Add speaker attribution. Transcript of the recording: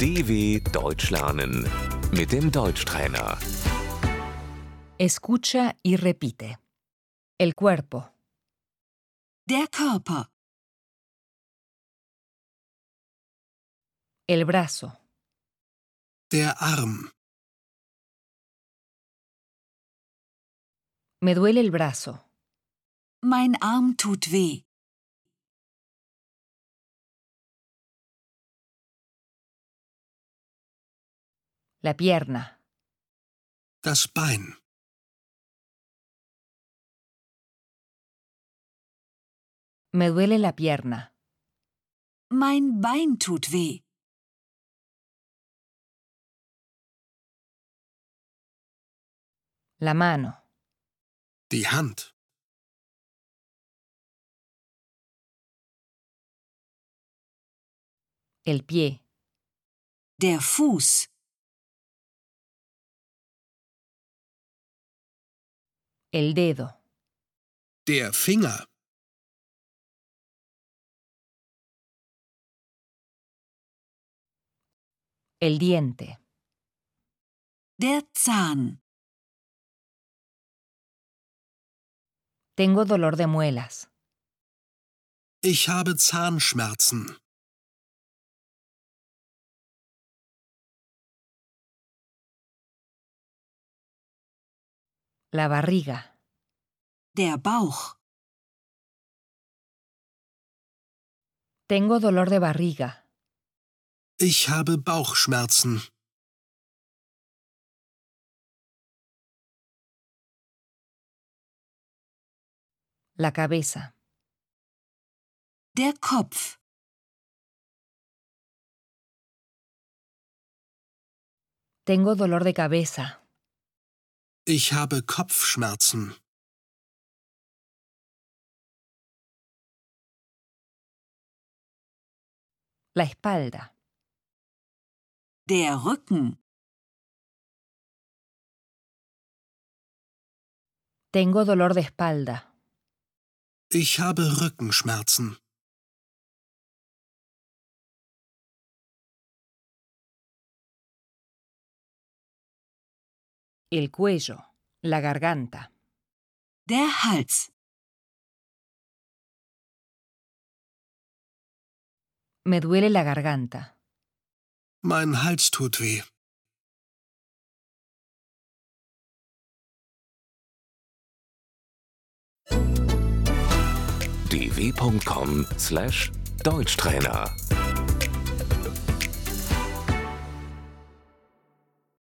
Speaker 1: DW Deutsch lernen mit dem Deutschtrainer.
Speaker 2: Escucha y repite. El cuerpo,
Speaker 3: Der Körper,
Speaker 2: el brazo,
Speaker 4: Der Arm,
Speaker 2: me duele el brazo,
Speaker 3: mein Arm tut weh,
Speaker 2: la pierna,
Speaker 4: das Bein,
Speaker 2: me duele la pierna,
Speaker 3: mein Bein tut weh,
Speaker 2: la mano,
Speaker 4: die Hand,
Speaker 2: el pie,
Speaker 3: der Fuß,
Speaker 2: el dedo,
Speaker 4: der Finger,
Speaker 2: el diente,
Speaker 3: der Zahn,
Speaker 2: tengo dolor de muelas,
Speaker 4: ich habe Zahnschmerzen,
Speaker 2: la barriga,
Speaker 3: der Bauch,
Speaker 2: tengo dolor de barriga,
Speaker 4: ich habe Bauchschmerzen,
Speaker 2: la cabeza,
Speaker 3: der Kopf,
Speaker 2: tengo dolor de cabeza,
Speaker 4: ich habe Kopfschmerzen,
Speaker 2: la espalda,
Speaker 3: der Rücken,
Speaker 2: tengo dolor de espalda,
Speaker 4: ich habe Rückenschmerzen,
Speaker 2: el cuello, la garganta,
Speaker 3: der Hals,
Speaker 2: me duele la garganta,
Speaker 4: mein Hals tut weh,
Speaker 1: dw.com/deutschtrainer